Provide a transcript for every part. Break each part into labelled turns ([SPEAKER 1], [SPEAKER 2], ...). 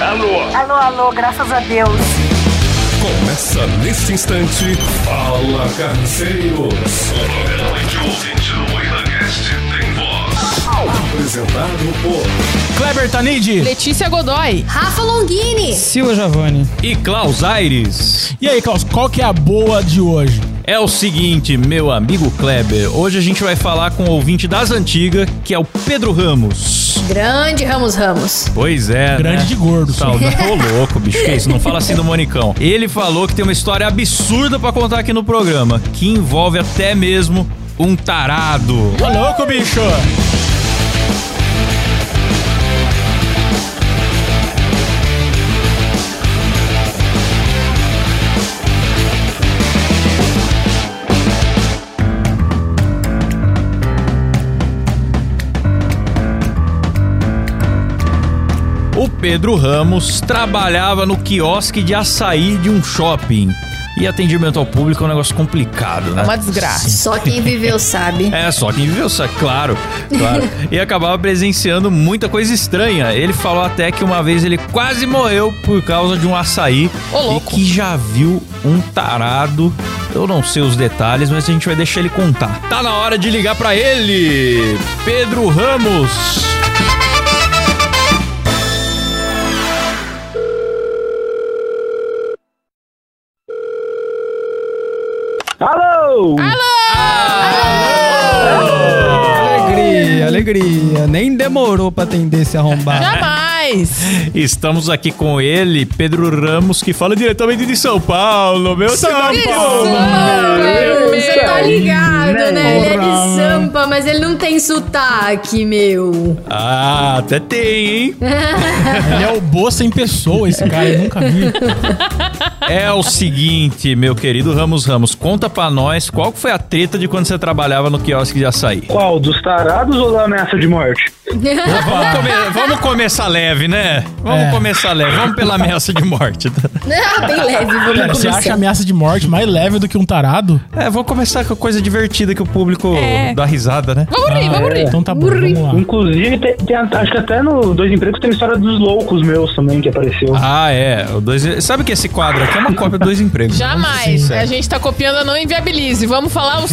[SPEAKER 1] Alô?
[SPEAKER 2] Alô, alô, graças a Deus.
[SPEAKER 3] Começa neste instante. Fala Carniceiros.
[SPEAKER 4] O programa que ouvinte no Itacast tem voz.
[SPEAKER 3] Apresentado por
[SPEAKER 5] Kleber Tanid
[SPEAKER 6] Letícia Godoy.
[SPEAKER 7] Rafa Longini.
[SPEAKER 8] Silva Giovanni.
[SPEAKER 9] E Klaus Aires.
[SPEAKER 5] E aí, Klaus, qual que é a boa de hoje?
[SPEAKER 9] É o seguinte, meu amigo Kleber, hoje a gente vai falar com o ouvinte das antigas, que é o Pedro Ramos.
[SPEAKER 7] Grande Ramos Ramos.
[SPEAKER 9] Pois é.
[SPEAKER 5] Grande
[SPEAKER 9] né?
[SPEAKER 5] de gordo, só.
[SPEAKER 9] Saudade. Ô louco, bicho, que isso? Não fala assim do Monicão. Ele falou que tem uma história absurda pra contar aqui no programa, que envolve até mesmo um tarado.
[SPEAKER 5] Ô louco, bicho!
[SPEAKER 9] O Pedro Ramos trabalhava no quiosque de açaí de um shopping. E atendimento ao público é um negócio complicado, né?
[SPEAKER 6] É uma desgraça.
[SPEAKER 7] Só quem viveu sabe.
[SPEAKER 9] É, só quem viveu, sabe? Claro, claro. E acabava presenciando muita coisa estranha. Ele falou até que uma vez ele quase morreu por causa de um açaí.
[SPEAKER 6] Ô, louco.
[SPEAKER 9] E que já viu um tarado. Eu não sei os detalhes, mas a gente vai deixar ele contar. Tá na hora de ligar pra ele, Pedro Ramos.
[SPEAKER 1] Alô?
[SPEAKER 8] Alegria, alegria. Nem demorou pra atender esse arrombado.
[SPEAKER 6] Jamais.
[SPEAKER 9] Estamos aqui com ele, Pedro Ramos, que fala diretamente de São Paulo, meu São
[SPEAKER 7] Sampa, Você tá ligado, né? Ele é
[SPEAKER 8] Porra.
[SPEAKER 7] de Sampa, mas ele não tem sotaque, meu.
[SPEAKER 9] Ah, até tem, hein?
[SPEAKER 5] Ele é o Bossa em pessoa, esse cara, eu nunca vi.
[SPEAKER 9] É o seguinte, meu querido Ramos Ramos, conta pra nós qual que foi a treta de quando você trabalhava no quiosque de açaí.
[SPEAKER 1] Qual? Dos tarados ou da ameaça de morte?
[SPEAKER 9] Vamos, come- vamos começar leve, né? Vamos
[SPEAKER 5] É.
[SPEAKER 9] começar leve, vamos pela ameaça de morte.
[SPEAKER 7] Ah, bem leve,
[SPEAKER 5] Cara,
[SPEAKER 7] vamos
[SPEAKER 5] você
[SPEAKER 6] assim?
[SPEAKER 7] começar.
[SPEAKER 5] acha a ameaça de morte mais leve do que um tarado?
[SPEAKER 9] É, vamos começar com a coisa divertida que o público
[SPEAKER 6] É.
[SPEAKER 9] dá risada, né?
[SPEAKER 6] Vamos rir, vamos rir.
[SPEAKER 5] Então tá bom, vamos lá.
[SPEAKER 1] Inclusive, tem, tem a- acho que até nos dois empregos tem a história dos loucos meus também que apareceu.
[SPEAKER 9] Ah, é. o dois- Sabe que esse quadro aqui é uma cópia do Dois Empregos.
[SPEAKER 6] Jamais. a gente tá copiando a não inviabilize. Vamos falar o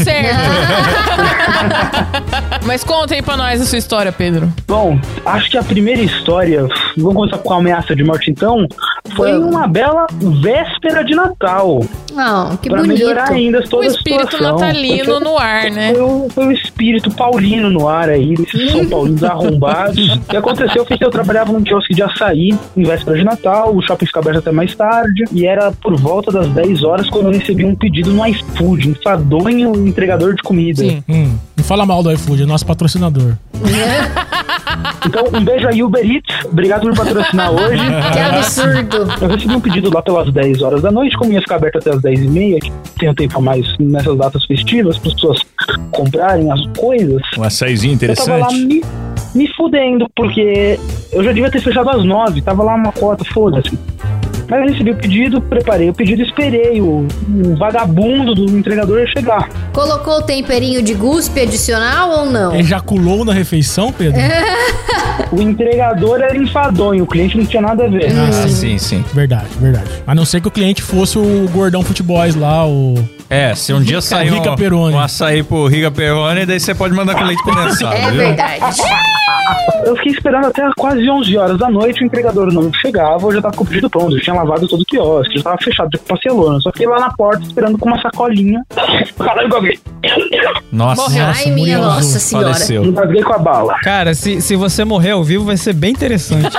[SPEAKER 6] certo. Mas conta aí pra nós a sua história, Pedro.
[SPEAKER 1] Bom, acho que a primeira história, vamos começar com a ameaça de morte então, foi
[SPEAKER 7] Vamos.
[SPEAKER 1] uma bela véspera de Natal.
[SPEAKER 7] Não, que
[SPEAKER 1] Pra
[SPEAKER 7] bonito.
[SPEAKER 1] melhorar ainda toda
[SPEAKER 6] O
[SPEAKER 1] a
[SPEAKER 6] espírito
[SPEAKER 1] situação.
[SPEAKER 6] natalino
[SPEAKER 1] Porque
[SPEAKER 6] no ar, né?
[SPEAKER 1] Foi o, foi o espírito paulino no ar aí, esses São Paulinos arrombados. O que aconteceu foi que eu trabalhava num quiosque de açaí em véspera de Natal, o shopping ficava aberto até mais tarde, e era por volta das 10 horas quando eu recebi um pedido no iFood, enfadonho entregador de comida.
[SPEAKER 6] Sim.
[SPEAKER 5] Hum, não fala mal do iFood, é nosso patrocinador.
[SPEAKER 1] Então, um beijo aí, Uber Eats. Obrigado por patrocinar hoje.
[SPEAKER 7] Que absurdo.
[SPEAKER 1] Eu recebi um pedido lá pelas 10 horas da noite, como ia ficar aberto até as 10 e meia, que tem um tempo a mais nessas datas festivas, para as pessoas comprarem as coisas.
[SPEAKER 9] Um açaizinho
[SPEAKER 1] Eu tava lá
[SPEAKER 9] interessante.
[SPEAKER 1] me, me fudendo, porque eu já devia ter fechado às 9, tava lá uma cota, foda-se. Aí eu recebi o pedido, preparei o pedido, esperei o, o vagabundo do entregador chegar.
[SPEAKER 7] Colocou o temperinho de guspe adicional ou
[SPEAKER 6] Tá.
[SPEAKER 7] não?
[SPEAKER 9] É
[SPEAKER 5] Ejaculou na refeição, Pedro?
[SPEAKER 6] É.
[SPEAKER 1] O entregador era enfadonho, o cliente não tinha nada a ver.
[SPEAKER 9] Ah, sim, sim.
[SPEAKER 5] Verdade, verdade. A não ser que o cliente fosse o gordão futebols lá, o...
[SPEAKER 9] É, se um dia sair
[SPEAKER 5] Rica
[SPEAKER 9] um,
[SPEAKER 5] Peroni.
[SPEAKER 9] um açaí pro Riga Peroni, daí você pode mandar com leite condensado,
[SPEAKER 7] É
[SPEAKER 9] viu?
[SPEAKER 7] verdade.
[SPEAKER 1] Eu fiquei esperando até quase 11 horas da noite, o entregador não chegava, eu já tava com o pedido pronto, eu tinha lavado todo o quiosque, já tava fechado, já passei a lona, só fiquei lá na porta esperando com uma sacolinha. Caralho, engasguei.
[SPEAKER 9] Nossa,
[SPEAKER 7] Ai,
[SPEAKER 5] Nossa,
[SPEAKER 7] minha
[SPEAKER 5] Muriel
[SPEAKER 7] nossa
[SPEAKER 5] Azul
[SPEAKER 7] senhora.
[SPEAKER 9] faleceu.
[SPEAKER 1] Engasguei com a bala.
[SPEAKER 8] Cara, se, se você morrer ao vivo, vai ser bem interessante.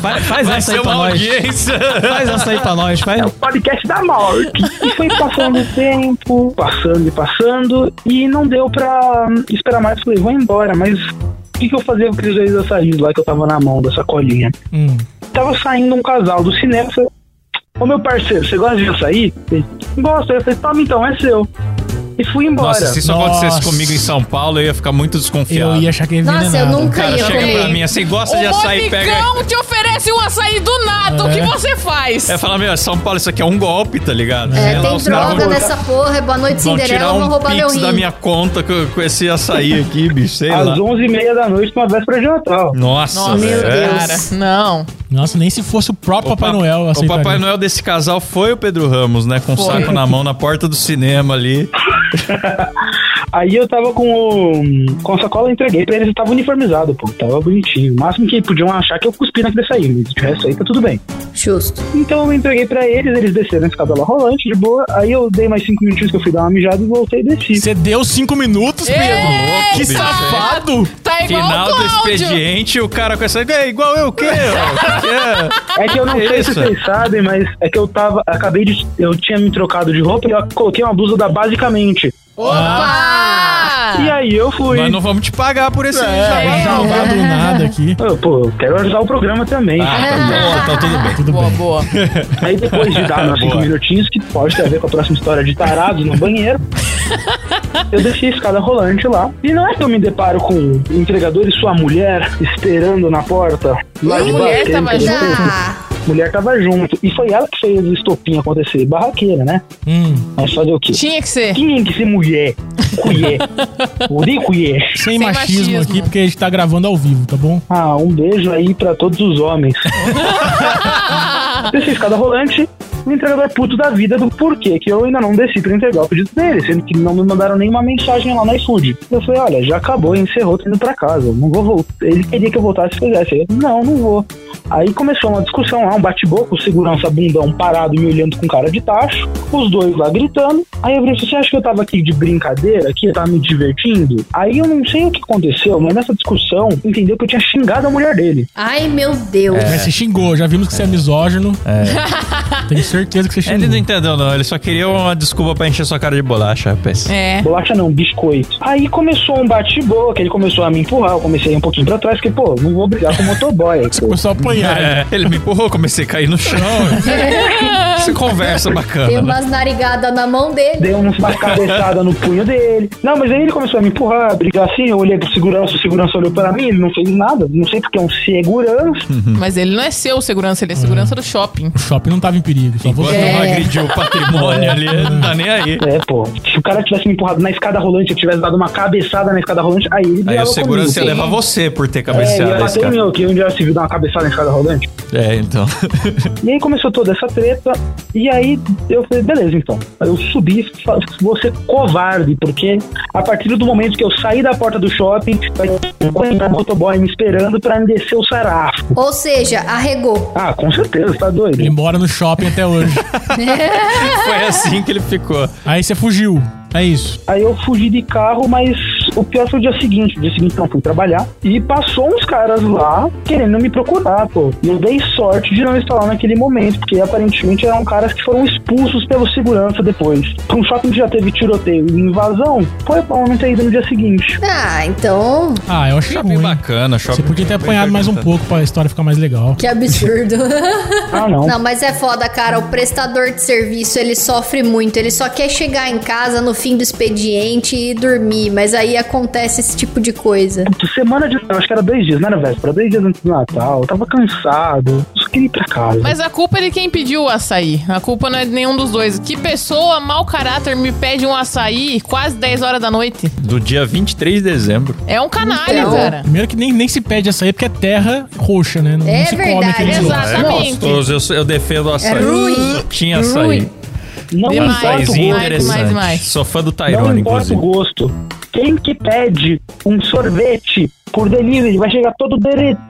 [SPEAKER 8] faz faz
[SPEAKER 9] Vai
[SPEAKER 8] essa
[SPEAKER 9] ser
[SPEAKER 8] aí pra
[SPEAKER 9] uma
[SPEAKER 8] nós.
[SPEAKER 9] audiência.
[SPEAKER 8] Faz essa aí pra nós, faz.
[SPEAKER 1] É o podcast da morte. E foi passando o tempo, passando e passando, e não deu pra esperar mais. Falei, vou embora, mas o que, que eu fazia com aqueles dois açaís lá que eu tava na mão da sacolinha?
[SPEAKER 5] Hum.
[SPEAKER 1] Tava saindo um casal do cinema. Falei, Ô meu parceiro, você gosta de açaí? Ele, Gosto. Eu falei, toma então, é seu. e fui embora.
[SPEAKER 9] Nossa, se isso
[SPEAKER 5] Nossa.
[SPEAKER 9] acontecesse comigo em São Paulo, eu ia ficar muito desconfiado.
[SPEAKER 5] Eu ia achar que é ia
[SPEAKER 7] Nossa,
[SPEAKER 5] envenenado.
[SPEAKER 7] eu
[SPEAKER 9] O
[SPEAKER 7] nunca
[SPEAKER 9] cara
[SPEAKER 7] ia
[SPEAKER 9] chega
[SPEAKER 7] comer.
[SPEAKER 9] pra mim assim,
[SPEAKER 7] Um
[SPEAKER 9] gosta de
[SPEAKER 6] O
[SPEAKER 9] açaí, pega...
[SPEAKER 6] Boticão te oferece um açaí do nada. O que
[SPEAKER 5] É.
[SPEAKER 6] você faz?
[SPEAKER 9] É falar, meu, São Paulo, isso aqui é um golpe, tá ligado?
[SPEAKER 7] É,
[SPEAKER 9] Sei lá,
[SPEAKER 7] tem
[SPEAKER 9] os caras
[SPEAKER 7] droga
[SPEAKER 9] vão-
[SPEAKER 7] nessa porra, é boa noite
[SPEAKER 9] Vão
[SPEAKER 7] Cinderela,
[SPEAKER 9] tirar
[SPEAKER 7] vão
[SPEAKER 9] um
[SPEAKER 7] roubar meu
[SPEAKER 9] pix
[SPEAKER 7] rim.
[SPEAKER 9] da minha conta com, com esse açaí aqui, bicho, sei lá.
[SPEAKER 1] Às 11h30 da noite, uma véspera de Natal.
[SPEAKER 9] Nossa,
[SPEAKER 7] Meu
[SPEAKER 9] velho.
[SPEAKER 7] Deus.
[SPEAKER 6] Cara, não.
[SPEAKER 5] Nossa, nem se fosse o próprio Papai
[SPEAKER 9] Pa-
[SPEAKER 5] Noel.
[SPEAKER 9] O
[SPEAKER 5] aceitaria.
[SPEAKER 9] Papai Noel desse casal foi o Pedro Ramos, né? Com o
[SPEAKER 6] Foi.
[SPEAKER 9] saco na mão na porta do cinema ali.
[SPEAKER 1] Aí eu tava com o, com a sacola, eu entreguei pra eles, eu tava uniformizado, pô, tava bonitinho. O máximo que podiam achar que eu cuspi naquele açaí, mas de resto aí tá tudo bem.
[SPEAKER 7] Justo.
[SPEAKER 1] Então eu entreguei pra eles, eles desceram esse cabelo rolante, de boa. Aí eu dei mais cinco minutinhos que eu fui dar uma mijada e voltei e desci.
[SPEAKER 5] Você deu cinco minutos,
[SPEAKER 6] É.
[SPEAKER 5] Pedro?
[SPEAKER 7] É,
[SPEAKER 6] Eita!
[SPEAKER 5] que safado!
[SPEAKER 6] Tá igual
[SPEAKER 9] é Final
[SPEAKER 6] o
[SPEAKER 9] do
[SPEAKER 6] Cláudio.
[SPEAKER 9] expediente, o cara com essa. É igual eu, o quê? ó? O que é?"
[SPEAKER 1] É que eu não
[SPEAKER 9] É
[SPEAKER 1] sei
[SPEAKER 9] isso.
[SPEAKER 1] se vocês sabem, mas é que eu tava. Acabei de. Eu tinha me trocado de roupa e eu coloquei uma blusa da basicamente. E
[SPEAKER 6] Opa!
[SPEAKER 1] aí eu fui.
[SPEAKER 9] Ah. Mas não vamos te pagar por esse jabá,
[SPEAKER 6] É.
[SPEAKER 5] Tá
[SPEAKER 9] não.
[SPEAKER 5] salvado nada aqui.
[SPEAKER 1] Eu, pô, eu quero ajudar o programa também.
[SPEAKER 9] Ah, tá bom, tá tudo bem.
[SPEAKER 5] Tudo
[SPEAKER 6] Boa,
[SPEAKER 5] bem.
[SPEAKER 6] boa.
[SPEAKER 1] Aí depois de dar meus cinco
[SPEAKER 9] Boa.
[SPEAKER 1] minutinhos, que pode ter a ver com a próxima história de tarados no banheiro, eu deixei a escada rolante lá. E não é que eu me deparo com o entregador e sua mulher esperando na porta. Lá
[SPEAKER 6] E
[SPEAKER 1] de baixo,
[SPEAKER 6] a mulher
[SPEAKER 1] que
[SPEAKER 6] tava
[SPEAKER 1] ele
[SPEAKER 6] junto?
[SPEAKER 1] fez.
[SPEAKER 7] Tá.
[SPEAKER 1] Mulher tava junto. E foi ela que fez o estopim acontecer. Barraqueira, né?
[SPEAKER 5] Hum,
[SPEAKER 1] Mas fazer o quê?
[SPEAKER 6] Tinha que ser.
[SPEAKER 1] Tinha que ser mulher. Cuié. Uri cuié.
[SPEAKER 5] sem,
[SPEAKER 6] Sem
[SPEAKER 5] machismo,
[SPEAKER 6] machismo.
[SPEAKER 5] aqui, porque a gente tá gravando ao vivo, tá bom?
[SPEAKER 1] Ah, um beijo aí pra todos os homens. Desci a escada rolante, o um entregador puto da vida do porquê que eu ainda não desci pra entregar o pedido dele, sendo que não me mandaram nenhuma mensagem lá no iFood. Eu falei, olha, já acabou, encerrou, tô indo pra casa, não vou voltar. Ele queria que eu voltasse se fizesse. Eu, não, não vou. Aí começou uma discussão lá, um bate-boca, o segurança bundão parado me olhando com cara de tacho, os dois lá gritando. Aí eu falei, você acha que eu tava aqui de brincadeira, que eu tava me divertindo? Aí eu não sei o que aconteceu, mas nessa discussão entendeu que eu tinha xingado a mulher dele.
[SPEAKER 7] Ai, meu Deus.
[SPEAKER 9] É.
[SPEAKER 5] Mas você xingou, já vimos que você é misógino. Tenho certeza que você
[SPEAKER 7] É.
[SPEAKER 9] Ele
[SPEAKER 5] xingou.
[SPEAKER 9] não entendeu, não. Ele só queria uma desculpa pra encher sua cara de bolacha, rapaz.
[SPEAKER 6] É.
[SPEAKER 1] Bolacha não, biscoito. Aí começou um bate-boca, ele começou a me empurrar, eu comecei um pouquinho pra trás, porque, pô, não vou brigar com o motoboy. pô.
[SPEAKER 5] Começou a apanhar.
[SPEAKER 9] É, ele me empurrou, comecei a cair no chão. Essa conversa
[SPEAKER 7] Tem
[SPEAKER 9] bacana, né?
[SPEAKER 7] umas narigadas na mão dele.
[SPEAKER 1] Deu umas cabeçadas no punho dele. Não, mas aí ele começou a me empurrar, a brigar assim. Eu olhei pro segurança, o segurança olhou pra mim, ele não fez nada. Não sei porque é um segurança.
[SPEAKER 9] Hum. Uhum.
[SPEAKER 6] Mas ele não é seu segurança, ele é segurança do shopping.
[SPEAKER 5] O shopping não tava em perigo, só
[SPEAKER 9] Enquanto
[SPEAKER 5] você. É.
[SPEAKER 9] não agrediu o patrimônio ali, não tá nem aí.
[SPEAKER 1] É, pô. Se o cara tivesse me empurrado na escada rolante, eu tivesse dado uma cabeçada na escada rolante, aí ele
[SPEAKER 9] Aí o
[SPEAKER 1] brigava
[SPEAKER 9] segurança ia
[SPEAKER 1] comigo.
[SPEAKER 9] levar você por ter
[SPEAKER 1] É, ia
[SPEAKER 9] cabeceado esse
[SPEAKER 1] bater em
[SPEAKER 9] cara.
[SPEAKER 1] mim, que onde já se viu dar uma cabeçada na escada rolante.
[SPEAKER 9] É, então.
[SPEAKER 1] E aí começou toda essa treta. E aí eu falei, beleza, então. Aí eu subi, fa- vou ser covarde, porque a partir do momento que eu sair da porta do shopping, vai ter um motoboy me esperando pra me descer o sarrafo.
[SPEAKER 7] Ou seja, arregou.
[SPEAKER 1] Ah, com certeza, tá doido?
[SPEAKER 5] Ele mora no shopping até hoje.
[SPEAKER 9] Foi assim que ele ficou.
[SPEAKER 5] Aí você fugiu. É isso.
[SPEAKER 1] Aí eu fugi de carro, mas o pior foi o dia seguinte. O dia seguinte não fui trabalhar. E passou uns caras lá querendo me procurar, pô. E eu dei sorte de não estar lá naquele momento, porque aparentemente eram caras que foram expulsos pelo segurança depois. Pra um shopping que já teve tiroteio e invasão, foi bom não ter ido no dia seguinte.
[SPEAKER 7] Ah, então.
[SPEAKER 5] Ah, eu achei
[SPEAKER 9] Shopping
[SPEAKER 5] ruim.
[SPEAKER 9] bacana, shopping.
[SPEAKER 5] Você podia ter
[SPEAKER 9] bem
[SPEAKER 5] apanhado mais um
[SPEAKER 9] frequentado.
[SPEAKER 5] pouco pra história ficar mais legal.
[SPEAKER 7] Que absurdo.
[SPEAKER 1] Ah, não.
[SPEAKER 7] Não, mas é foda, cara. O prestador de serviço, ele sofre muito. Ele só quer chegar em casa no fim do expediente e dormir. Mas aí acontece esse tipo de coisa.
[SPEAKER 1] Putz, Semana de. eu Acho que era dois dias, não era véspera? Dois dias antes do Natal. Eu tava cansado. Só queria ir pra casa.
[SPEAKER 6] Mas a culpa é de quem pediu o açaí. A culpa não é de nenhum dos dois. Que pessoa, mau caráter, me pede um açaí quase 10 horas da noite?
[SPEAKER 9] Do dia 23 de dezembro.
[SPEAKER 6] É um canalha,
[SPEAKER 7] Então.
[SPEAKER 6] cara.
[SPEAKER 5] Primeiro que nem, nem se pede açaí, porque é terra roxa, né? Não,
[SPEAKER 7] É
[SPEAKER 5] não se come
[SPEAKER 7] verdade,
[SPEAKER 5] aquele
[SPEAKER 6] exato. Exatamente.
[SPEAKER 9] É Gostoso, eu, eu defendo o açaí.
[SPEAKER 7] É ruim.
[SPEAKER 9] Tinha açaí. Um
[SPEAKER 7] Ruim.
[SPEAKER 1] não
[SPEAKER 6] demais,
[SPEAKER 1] importa o
[SPEAKER 9] Açaizinho
[SPEAKER 1] gosto.
[SPEAKER 6] demais,
[SPEAKER 9] interessante.
[SPEAKER 6] demais, demais.
[SPEAKER 9] Sou fã do
[SPEAKER 1] Não
[SPEAKER 5] Tá
[SPEAKER 9] Tyrone,
[SPEAKER 1] importa o
[SPEAKER 9] inclusive.
[SPEAKER 1] gosto. Quem que pede um sorvete por delivery vai chegar todo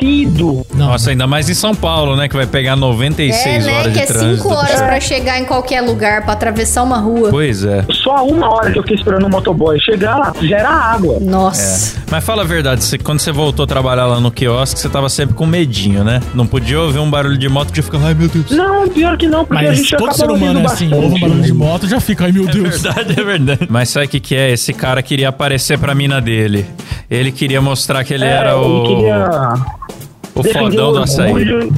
[SPEAKER 1] derretido.
[SPEAKER 5] Não,
[SPEAKER 9] Nossa, ainda mais em São Paulo, né? Que vai pegar 96
[SPEAKER 7] é, né?
[SPEAKER 9] horas
[SPEAKER 7] Que
[SPEAKER 9] de
[SPEAKER 7] é
[SPEAKER 9] trânsito.
[SPEAKER 7] 5 horas pra chegar em qualquer lugar, pra atravessar uma rua.
[SPEAKER 9] Pois é.
[SPEAKER 1] Só uma hora que eu fiquei esperando o motoboy chegar, já era água.
[SPEAKER 7] Nossa.
[SPEAKER 9] Mas fala a verdade, você- quando você voltou a trabalhar lá no quiosque, você tava sempre com medinho, né? Não podia ouvir um barulho de moto que eu ficava, ai meu Deus.
[SPEAKER 1] Não, pior que não, porque a
[SPEAKER 5] mas
[SPEAKER 1] gente
[SPEAKER 5] todo
[SPEAKER 1] acaba
[SPEAKER 5] ser humano
[SPEAKER 1] ouvindo
[SPEAKER 5] é assim. Ouve um barulho de moto, já fica. Ai, meu Deus.
[SPEAKER 9] Verdade, é verdade. Mas sabe o que, que é? Esse cara queria aparecer pra mina dele. Ele queria mostrar que ele
[SPEAKER 1] É,
[SPEAKER 9] era
[SPEAKER 1] eu
[SPEAKER 9] o,
[SPEAKER 1] queria
[SPEAKER 9] o
[SPEAKER 1] defender
[SPEAKER 9] fodão do açaí.
[SPEAKER 1] orgulho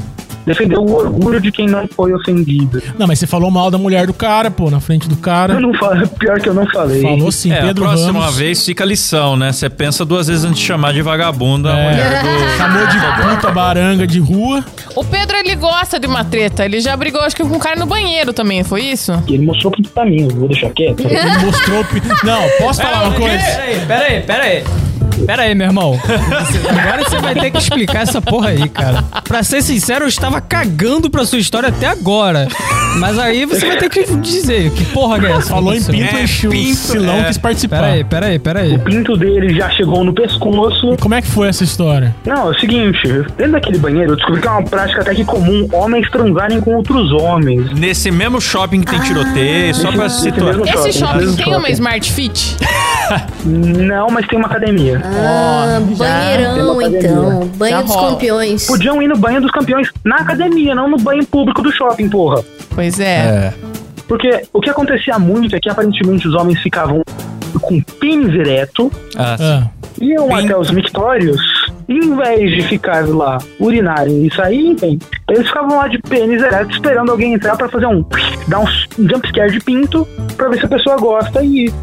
[SPEAKER 1] defender o orgulho de quem não foi ofendido.
[SPEAKER 5] Não, mas você falou mal da mulher do cara, pô, na frente do
[SPEAKER 1] Eu
[SPEAKER 5] cara.
[SPEAKER 1] não falo, pior que eu não falei.
[SPEAKER 5] Falou sim,
[SPEAKER 9] É, a
[SPEAKER 5] Pedro
[SPEAKER 9] próxima
[SPEAKER 5] Ramos.
[SPEAKER 9] vez fica a lição, né? Você pensa duas vezes antes de chamar de vagabunda
[SPEAKER 5] É.
[SPEAKER 9] a mulher do...
[SPEAKER 5] Chamou
[SPEAKER 8] Ah, tá
[SPEAKER 5] de puta baranga de rua.
[SPEAKER 6] O Pedro, ele gosta de uma treta. Ele já brigou, acho que com um cara no banheiro também, foi isso?
[SPEAKER 1] E ele mostrou tudo pra mim, eu vou deixar quieto.
[SPEAKER 5] Ele mostrou. o pi- Não, posso falar uma coisa?
[SPEAKER 8] Peraí, peraí, peraí. Pera aí, meu irmão. Agora você vai ter que explicar essa porra aí, cara. Pra ser sincero, eu estava cagando pra sua história até agora. Mas aí você vai ter que dizer que porra que é essa.
[SPEAKER 5] Falou em
[SPEAKER 8] Você-
[SPEAKER 5] pinto,
[SPEAKER 9] É,
[SPEAKER 5] encheu. O
[SPEAKER 9] pinto,
[SPEAKER 5] Silão
[SPEAKER 9] é.
[SPEAKER 5] quis participar.
[SPEAKER 8] Pera aí, pera aí, pera aí.
[SPEAKER 1] O pinto dele já chegou no pescoço.
[SPEAKER 5] Como é que foi essa história?
[SPEAKER 1] Não, é o seguinte, dentro daquele banheiro eu descobri que é uma prática até que comum homens transarem com outros homens.
[SPEAKER 9] Nesse mesmo shopping que tem tiroteio, só pra
[SPEAKER 1] Esse
[SPEAKER 9] situar.
[SPEAKER 1] mesmo
[SPEAKER 6] Esse shopping
[SPEAKER 1] mesmo
[SPEAKER 6] tem uma Smart Fit?
[SPEAKER 1] Não, mas tem uma academia.
[SPEAKER 7] Ah, banheirão,
[SPEAKER 1] Tem uma
[SPEAKER 7] então. Banho
[SPEAKER 6] Já
[SPEAKER 7] dos
[SPEAKER 6] rola.
[SPEAKER 7] campeões.
[SPEAKER 1] Podiam ir no banho dos campeões na academia, não no banho público do shopping, porra.
[SPEAKER 6] Pois é.
[SPEAKER 1] Porque o que acontecia muito é que aparentemente os homens ficavam com pênis ereto,
[SPEAKER 9] Ah,
[SPEAKER 5] Ah,
[SPEAKER 1] iam até os mictórios, e em vez de ficar lá urinarem e saírem, eles ficavam lá de pênis ereto esperando alguém entrar pra fazer um dar um jump scare de pinto pra ver se a pessoa gosta e ir.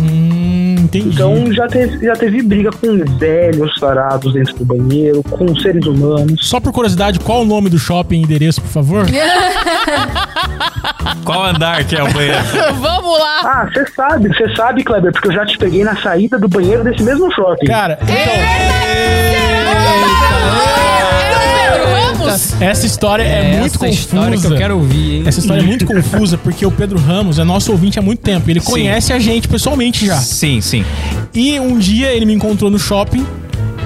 [SPEAKER 5] hum, entendi.
[SPEAKER 1] Então já teve, já teve briga com velhos tarados dentro do banheiro, com seres humanos.
[SPEAKER 5] Só por curiosidade, qual o nome do shopping e endereço, por favor?
[SPEAKER 9] Qual andar que é o banheiro?
[SPEAKER 6] Vamos lá.
[SPEAKER 1] Ah, você sabe, você sabe, Kleber, porque eu já te peguei na saída do banheiro desse mesmo shopping.
[SPEAKER 5] Cara, Então,
[SPEAKER 6] Era o Pedro Ramos?
[SPEAKER 5] essa história é, muito
[SPEAKER 8] essa
[SPEAKER 5] confusa.
[SPEAKER 8] história que eu quero ouvir, hein?
[SPEAKER 5] Essa história é muito confusa porque o Pedro Ramos é nosso ouvinte há muito tempo. Ele
[SPEAKER 9] Sim.
[SPEAKER 5] conhece a gente pessoalmente já.
[SPEAKER 9] Sim, sim.
[SPEAKER 5] E um dia ele me encontrou no shopping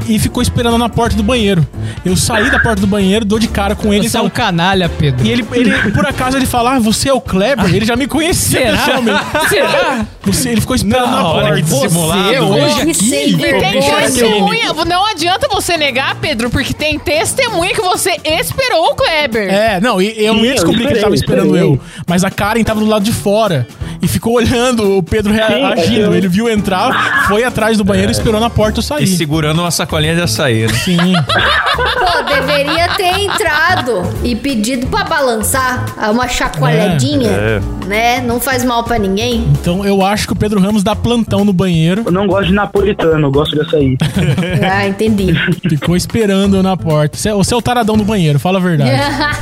[SPEAKER 5] e ficou esperando na porta do banheiro. Eu saí da porta do banheiro, dou de cara com ele e
[SPEAKER 8] Você é um
[SPEAKER 5] falo,
[SPEAKER 8] canalha, Pedro.
[SPEAKER 5] E ele, ele, por acaso, ele fala, ah, você é o Kleber? Ele já me conhecia pessoalmente.
[SPEAKER 8] Será?
[SPEAKER 5] Você, ele ficou esperando na
[SPEAKER 9] olha
[SPEAKER 5] porta.
[SPEAKER 9] que dissimulado.
[SPEAKER 5] Você é hoje
[SPEAKER 7] Que sem
[SPEAKER 5] aqui?
[SPEAKER 6] E tem
[SPEAKER 7] vergonha.
[SPEAKER 6] testemunha. Não adianta você negar, Pedro, porque tem testemunha que você esperou o Kleber.
[SPEAKER 5] É, não, e eu não ia
[SPEAKER 1] eu
[SPEAKER 5] descobrir que ele
[SPEAKER 1] esperei,
[SPEAKER 5] tava esperando
[SPEAKER 1] esperei.
[SPEAKER 5] eu. Mas a Karen tava do lado de fora. E ficou olhando o Pedro
[SPEAKER 1] Sim, é que
[SPEAKER 5] reagindo.
[SPEAKER 1] eu-
[SPEAKER 5] Ele viu entrar, foi atrás do banheiro, esperou na porta eu sair.
[SPEAKER 9] E segurando uma sacolinha de açaí. né?
[SPEAKER 5] Sim.
[SPEAKER 7] Pô, deveria ter entrado e pedido pra balançar uma chacoalhadinha,
[SPEAKER 9] É.
[SPEAKER 7] né? Não faz mal pra ninguém.
[SPEAKER 5] Então eu acho que o Pedro Ramos dá plantão no banheiro.
[SPEAKER 1] Eu não gosto de napolitano, eu gosto de açaí.
[SPEAKER 7] Ah, entendi.
[SPEAKER 5] Ficou esperando eu na porta. Você é- Você é o taradão do banheiro, fala a verdade.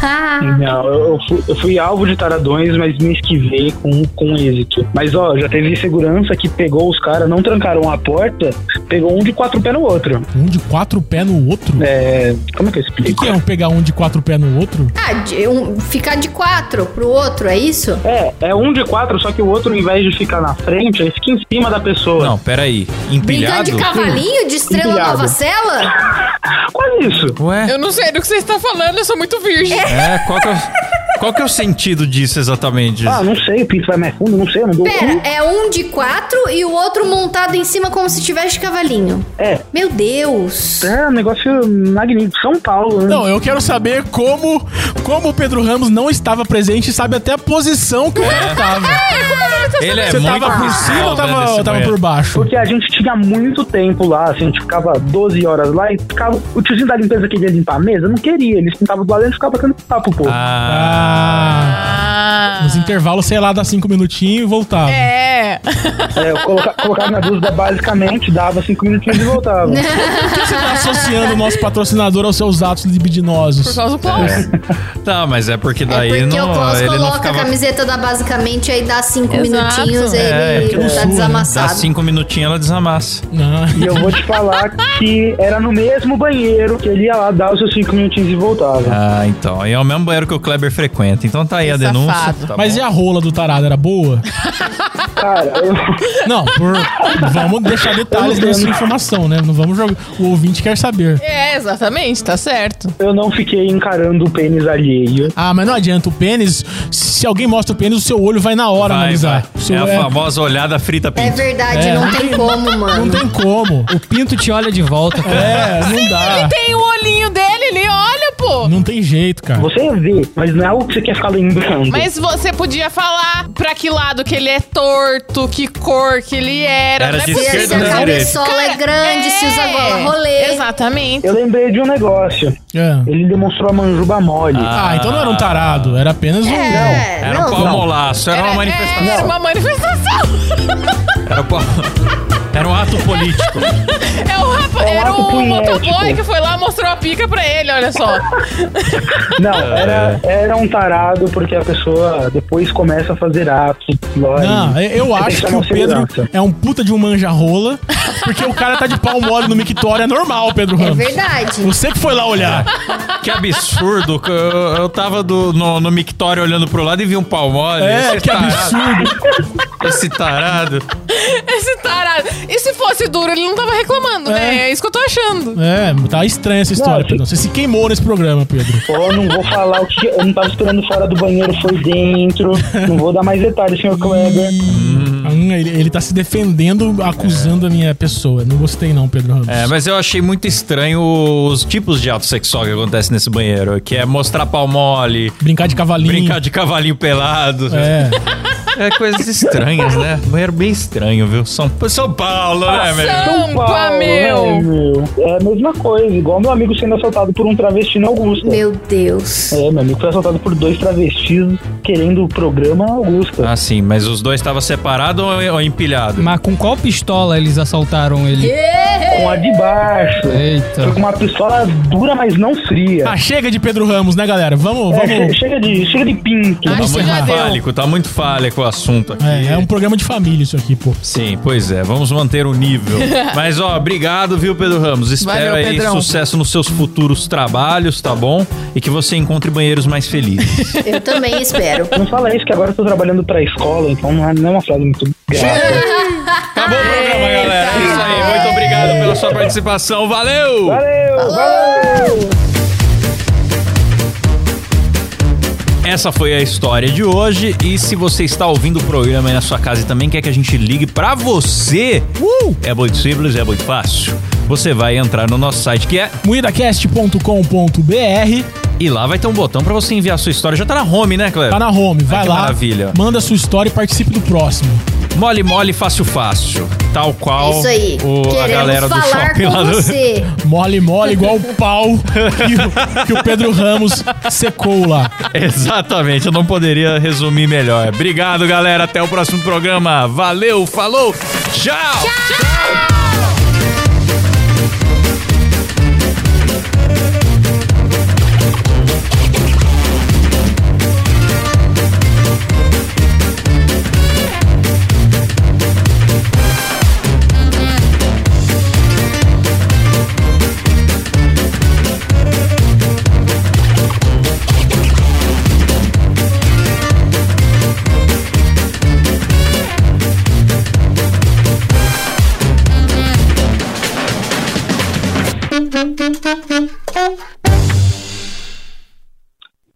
[SPEAKER 7] Ah,
[SPEAKER 1] Não, eu, eu fui, eu fui alvo de taradões, mas me esquivei com, com êxito. Mas ó, já teve segurança que pegou os caras, não trancaram a porta, pegou um de quatro pés no outro.
[SPEAKER 6] É.
[SPEAKER 5] Um de quatro pés no outro?
[SPEAKER 1] É. Como é que eu
[SPEAKER 5] O que,
[SPEAKER 1] explico?
[SPEAKER 5] que é um pegar um de quatro pés no outro?
[SPEAKER 7] Ah, de- um- ficar de quatro pro outro, é isso?
[SPEAKER 1] É, é um de quatro, só que o outro, ao invés de ficar na frente, ele fica em cima da pessoa.
[SPEAKER 9] Não, peraí.
[SPEAKER 7] Brincando
[SPEAKER 9] Empilhado?
[SPEAKER 7] de cavalinho, de estrela
[SPEAKER 1] Empilhado.
[SPEAKER 7] nova cela?
[SPEAKER 1] Quase isso.
[SPEAKER 9] Ué?
[SPEAKER 6] Eu não sei do que você está falando, eu sou muito virgem.
[SPEAKER 9] É, qual que é, o- qual que é o sentido disso exatamente?
[SPEAKER 1] Ah, não sei, o pinto vai mais fundo, não sei, eu não dou.
[SPEAKER 7] Pera, é um de quatro e o outro montado em cima como se tivesse de cavalinho.
[SPEAKER 1] É.
[SPEAKER 7] Meu Deus.
[SPEAKER 1] É um negócio magnífico. São Paulo, né?
[SPEAKER 5] Não, eu quero saber como, como o Pedro Ramos não estava presente e sabe até a posição que o
[SPEAKER 9] É.
[SPEAKER 5] cara tava.
[SPEAKER 9] Ele é
[SPEAKER 5] Você
[SPEAKER 9] muito
[SPEAKER 5] tava por cima
[SPEAKER 9] cruel,
[SPEAKER 5] ou
[SPEAKER 9] né,
[SPEAKER 5] tava,
[SPEAKER 9] desse
[SPEAKER 5] tava
[SPEAKER 9] banheiro.
[SPEAKER 5] por baixo?
[SPEAKER 1] Porque a gente tinha muito tempo lá, assim, a gente ficava 12 horas lá e ficava. O tiozinho da limpeza queria limpar a mesa? Não queria, eles pintavam do lado e a gente ficava batendo papo, pô.
[SPEAKER 9] Ah,
[SPEAKER 5] Ah,
[SPEAKER 6] Ah.
[SPEAKER 5] nos intervalos, sei lá, dá cinco minutinhos e voltava.
[SPEAKER 6] É.
[SPEAKER 1] É, eu coloca, colocava na dúvida basicamente, dava 5 minutinhos e voltava.
[SPEAKER 5] Por que você tá associando o nosso patrocinador aos seus atos
[SPEAKER 6] Por
[SPEAKER 5] libidinosos?
[SPEAKER 6] causa do Klaus.
[SPEAKER 9] tá, mas é porque
[SPEAKER 7] É
[SPEAKER 9] daí
[SPEAKER 7] porque o
[SPEAKER 9] não,
[SPEAKER 7] Klaus
[SPEAKER 9] ele não
[SPEAKER 7] coloca a
[SPEAKER 9] ficava...
[SPEAKER 7] camiseta da basicamente aí dá cinco
[SPEAKER 6] Exato.
[SPEAKER 7] minutinhos,
[SPEAKER 9] É,
[SPEAKER 7] ele
[SPEAKER 9] porque
[SPEAKER 5] não
[SPEAKER 7] tá
[SPEAKER 5] sua,
[SPEAKER 9] Dá
[SPEAKER 7] desamassado.
[SPEAKER 9] cinco minutinhos, ela desamassa.
[SPEAKER 5] Não.
[SPEAKER 1] E eu vou te falar que era no mesmo banheiro que ele ia lá dar os seus 5 minutinhos e voltava.
[SPEAKER 9] Ah, então. E é o mesmo banheiro que o Kleber frequenta. Então tá aí a
[SPEAKER 6] Que
[SPEAKER 9] denúncia.
[SPEAKER 6] safado.
[SPEAKER 9] Tá
[SPEAKER 5] Mas
[SPEAKER 9] bom.
[SPEAKER 5] e a rola do tarado, era boa?
[SPEAKER 1] Cara, eu,
[SPEAKER 5] Não, por... vamos deixar detalhes dessa informação, né? Não vamos jogar. O ouvinte quer saber.
[SPEAKER 6] É, exatamente, tá certo.
[SPEAKER 1] eu não fiquei encarando o pênis alheio.
[SPEAKER 5] Ah, mas não adianta. O pênis, se alguém mostra o pênis, o seu olho vai na hora
[SPEAKER 9] Vai,
[SPEAKER 5] analisar.
[SPEAKER 9] vai.
[SPEAKER 5] O seu-
[SPEAKER 9] É a
[SPEAKER 5] é-
[SPEAKER 9] famosa olhada frita
[SPEAKER 7] É
[SPEAKER 9] pinto.
[SPEAKER 7] verdade,
[SPEAKER 5] É.
[SPEAKER 7] não tem como, mano.
[SPEAKER 5] Não tem como.
[SPEAKER 8] O pinto te olha de volta, cara.
[SPEAKER 5] É, não dá.
[SPEAKER 6] Tem o olhinho dele, ele olha, pô. jeito.
[SPEAKER 5] Não tem jeito, cara.
[SPEAKER 1] Você vê, mas não é algo que você quer ficar lembrando.
[SPEAKER 6] Mas você podia falar pra que lado que ele é torto, que cor que ele era.
[SPEAKER 9] Era
[SPEAKER 6] não é
[SPEAKER 9] de
[SPEAKER 7] Se a-
[SPEAKER 6] possível.
[SPEAKER 7] se
[SPEAKER 9] esquerda né? ou
[SPEAKER 7] a
[SPEAKER 9] de direita?
[SPEAKER 7] cabeçola é grande, se usa
[SPEAKER 6] É.
[SPEAKER 7] gola rolê.
[SPEAKER 6] Exatamente.
[SPEAKER 1] Eu lembrei de um negócio.
[SPEAKER 5] É.
[SPEAKER 1] Ele demonstrou a manjuba mole.
[SPEAKER 5] Ah, então não era um tarado, era apenas um.
[SPEAKER 7] É,
[SPEAKER 9] Era um
[SPEAKER 7] não,
[SPEAKER 9] palmolaço, era uma
[SPEAKER 6] é,
[SPEAKER 9] manifestação.
[SPEAKER 6] Era uma manifestação.
[SPEAKER 9] Era, um pau- era um ato político.
[SPEAKER 6] É o rapa,
[SPEAKER 1] É um
[SPEAKER 6] era
[SPEAKER 1] ato
[SPEAKER 6] o
[SPEAKER 1] punhético.
[SPEAKER 6] motoboy que foi lá mostrou a pica pra ele, olha só.
[SPEAKER 1] Não, era, era um tarado porque a pessoa depois começa a fazer atos. lá,
[SPEAKER 5] Não, é,
[SPEAKER 1] e-
[SPEAKER 5] eu
[SPEAKER 1] tem
[SPEAKER 7] tá
[SPEAKER 5] acho que
[SPEAKER 1] chamar
[SPEAKER 5] o
[SPEAKER 1] um
[SPEAKER 5] Pedro
[SPEAKER 1] segurança.
[SPEAKER 5] é um puta de um manja-rola, porque o cara tá de pau mole no mictório, é normal, Pedro
[SPEAKER 7] É
[SPEAKER 5] Ramos.
[SPEAKER 7] verdade.
[SPEAKER 5] Você que foi lá olhar.
[SPEAKER 9] Que absurdo. Eu, eu tava do- no, no mictório olhando pro lado e vi um pau mole.
[SPEAKER 5] É,
[SPEAKER 9] esse
[SPEAKER 5] que
[SPEAKER 9] tarado,
[SPEAKER 5] absurdo.
[SPEAKER 9] Esse tarado.
[SPEAKER 6] Esse tarado. E se fosse duro, ele não tava reclamando, né?
[SPEAKER 5] É.
[SPEAKER 6] É isso que eu tô achando.
[SPEAKER 5] É, tá estranha essa história,
[SPEAKER 1] Não,
[SPEAKER 5] Pedro. Você se queimou nesse programa, Pedro.
[SPEAKER 1] Pô, não vou falar o que. é, Eu não tava esperando fora do banheiro, foi dentro. Não vou dar mais detalhes, senhor Kleber.
[SPEAKER 5] Hum, É. ele, ele tá se defendendo, acusando a minha pessoa. Não gostei, não, Pedro Ramos.
[SPEAKER 9] É, mas eu achei muito estranho os tipos de ato sexual que acontece nesse banheiro. Que é mostrar pau mole,
[SPEAKER 5] Brincar de cavalinho.
[SPEAKER 9] brincar de cavalinho pelado.
[SPEAKER 5] É.
[SPEAKER 9] É coisas estranhas, né? Banheiro bem estranho, viu? São, São Paulo, né, velho?
[SPEAKER 6] Tampa,
[SPEAKER 1] né,
[SPEAKER 6] meu!
[SPEAKER 1] meu? É a mesma coisa, igual meu amigo sendo assaltado por um travesti na Augusta.
[SPEAKER 7] Meu Deus.
[SPEAKER 1] É, meu amigo foi assaltado por dois travestis querendo o programa na Augusta.
[SPEAKER 9] Ah, sim, mas os dois estavam separados ou, ou empilhados?
[SPEAKER 8] Mas com qual pistola eles assaltaram ele?
[SPEAKER 1] Com a de baixo. Foi
[SPEAKER 8] Eita.
[SPEAKER 1] com uma pistola dura, mas não fria.
[SPEAKER 5] Ah, chega de Pedro Ramos, né, galera? Vamos,
[SPEAKER 1] É, che-
[SPEAKER 5] vamos.
[SPEAKER 1] chega, de, chega de pinto.
[SPEAKER 9] Tá
[SPEAKER 6] Acho que
[SPEAKER 9] muito
[SPEAKER 6] já deu.
[SPEAKER 9] fálico, tá muito fálico o assunto aqui.
[SPEAKER 5] É, é um programa de família isso aqui, pô.
[SPEAKER 9] Sim, pois é, vamos manter o nível. Mas, ó, obrigado, viu, Pedro Ramos? Espero
[SPEAKER 6] Valeu,
[SPEAKER 9] aí
[SPEAKER 6] Pedrão.
[SPEAKER 9] sucesso nos seus futuros trabalhos, tá bom? E que você encontre banheiros mais felizes.
[SPEAKER 7] Eu também espero.
[SPEAKER 1] Não fala isso, que agora eu tô trabalhando pra escola, então não é não é uma frase muito grata.
[SPEAKER 9] Acabou Tá o programa,
[SPEAKER 5] tá
[SPEAKER 9] galera. É isso aí. Muito obrigado pela sua participação. Valeu!
[SPEAKER 1] Valeu, valeu!
[SPEAKER 9] Essa foi a história de hoje. E se você está ouvindo o programa aí na sua casa e também quer que a gente ligue pra você,
[SPEAKER 5] Uh!
[SPEAKER 9] é muito simples, é muito fácil. Você vai entrar no nosso site que é
[SPEAKER 5] Moidacast.com.br
[SPEAKER 9] e lá vai ter um botão pra você enviar a sua história. Já tá na home, né, Cleber?
[SPEAKER 5] Tá na home, vai
[SPEAKER 9] que
[SPEAKER 5] lá.
[SPEAKER 9] maravilha.
[SPEAKER 5] Manda sua história e participe do próximo.
[SPEAKER 9] Mole, mole, fácil, fácil. Tal qual
[SPEAKER 7] É isso aí.
[SPEAKER 9] o- a galera
[SPEAKER 7] Queremos
[SPEAKER 9] do
[SPEAKER 7] falar
[SPEAKER 9] shopping lá
[SPEAKER 7] com
[SPEAKER 9] do...
[SPEAKER 7] você.
[SPEAKER 5] Mole, mole, igual o pau que o, que o Pedro Ramos secou lá.
[SPEAKER 9] Exatamente, eu não poderia resumir melhor. Obrigado, galera. Até o próximo programa. Valeu, falou, tchau.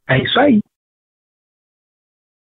[SPEAKER 1] É isso aí.